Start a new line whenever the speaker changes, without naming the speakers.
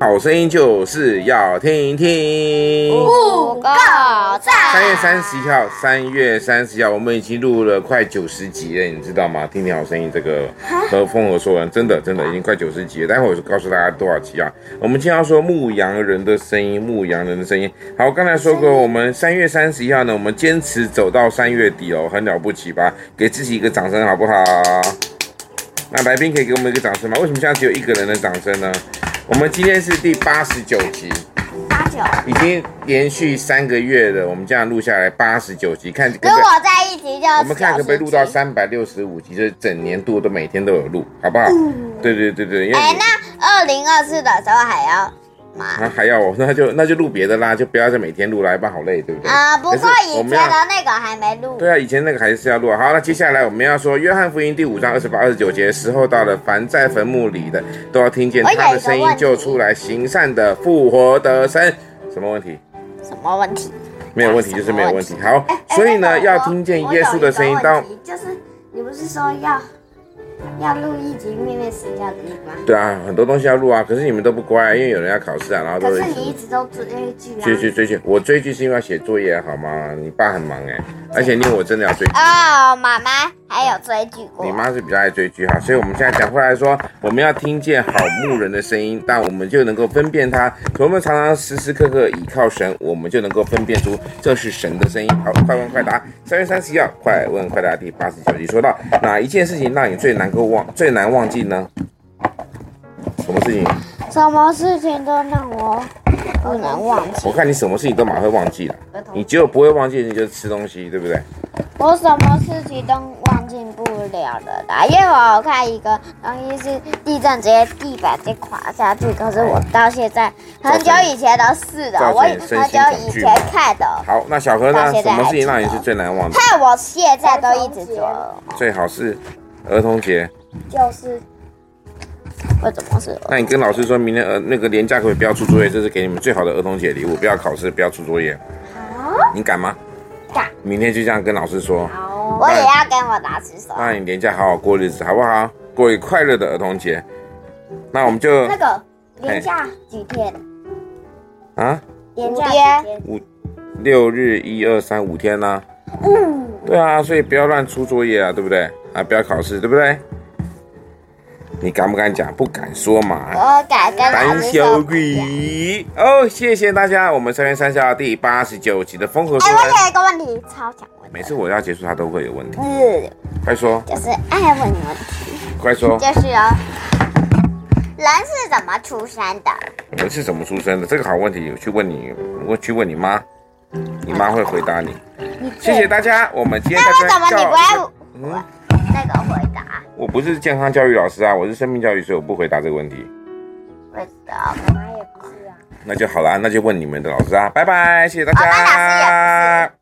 好声音就是要听一听。
五个
三
赞，
月三十一号，三月三十一号，我们已经录了快九十集了，你知道吗？听听好声音这个和风和说人，真的真的已经快九十集了。待会儿我告诉大家多少集啊？我们今天要说牧羊人的声音，牧羊人的声音。好，我刚才说过，我们三月三十一号呢，我们坚持走到三月底哦，很了不起吧？给自己一个掌声好不好？那来宾可以给我们一个掌声吗？为什么现在只有一个人的掌声呢？我们今天是第八十九集。
八九，
已经连续三个月了，我们这样录下来八十九集，看可不
如
可以
果在一起就
我们看可不可以录到三百六十五集，就是整年度都每天都有录，好不好？对对对对，因为
嗯哎，
你
那二零二四的时候还要吗？
啊还要我， 那就那就录别的啦，就不要再每天录啦，要不然好累，对不对？
啊，不
可是
过以
我
前
们要
的那个还没录。
对啊，以前那个还是要录啊。好，那接下来我们要说《约翰福音》第五章二十八、二十九节，时候到了，凡在坟墓里的都要听见
我有
他
一
的
个
声音
问，题
就出来行善的复活的声。什么问题？
什么问题？
没有问题，就是没有问题。
哎
好，所以呢，要听见耶稣的声音。当
就是你不是说要要录一集妹妹死掉的地方？
对啊，很多东西要录啊，可是你们都不乖，因为有人要考试啊，然后都
可
会
是你一直都追剧啊。
追剧追剧。我追剧是因为要写作业，好吗？你爸很忙哎、而且因为我真的要追剧。
哦，妈妈还有追剧过
你。妈是比较爱追剧
哦
哈，所以我们现在讲回来说，我们要听见好牧人的声音，但我们就能够分辨他。我们常常时时刻刻倚靠神，我们就能够分辨出这是神的声音。好，快问快答，三月三十一号，快问快答第八十九集说到哪一件事情让你最难够忘、最难忘记呢？什么事情？
什么事情都让我不能忘记。
我看你什么事情都蛮会忘记的
儿，童
你只有不会忘记，你就是吃东西，对不对？
我什么事情都忘记不了了啦，因为我看一个东西是地震，直接地板直接垮下去，可是我到现在很久以前的事了，
造
我
成
以
你
很
身
久
心
以
恐惧
前看的，
好，那小何
到
呢？
现在
什
还
么事情
记得
让你是最难忘的？
害我现在都一直做。
最好是儿童节。
就是
为什么是？
那你跟老师说明天呃那个年假可不可以不要出作业？这是给你们最好的儿童节礼物，不要考试，不要出作业。你敢吗？
敢。
明天就这样跟老师说，
好，
我也要跟我老师说。
那你年假好好过日子，好不好？过一个快乐的儿童节。那我们就
那个连假几天？
啊，
连假几天？
六日一二三五天啦、
嗯
对啊，所以不要乱出作业啊，对不对？啊，不要考试，对不对？你敢不敢讲？不敢说嘛。
我敢跟老
胆
师
小
说。
鬼哦！谢谢大家，我们三月三十号第八十九集的《风和说
哎，我
人》，
有一个问题超想问
每次我要结束，他都会有问题。
是
快说，
就是爱问问题，
快说，
就是哦，人是怎么出生的？
你们是怎么出生的？这个好问题，去问你，我去问你妈，你妈会回答你。谢谢大家，我们今天
那为什
在
么
这
你
边
不
告
爱
嗯
那个回答？啊
我不是健康教育老师啊，我是生命教育，所以我不回答这个问题。
为什么？
妈也不是啊。
那就好啦，那就问你们的老师啊，拜拜，谢谢大
哦那老师也
家
不。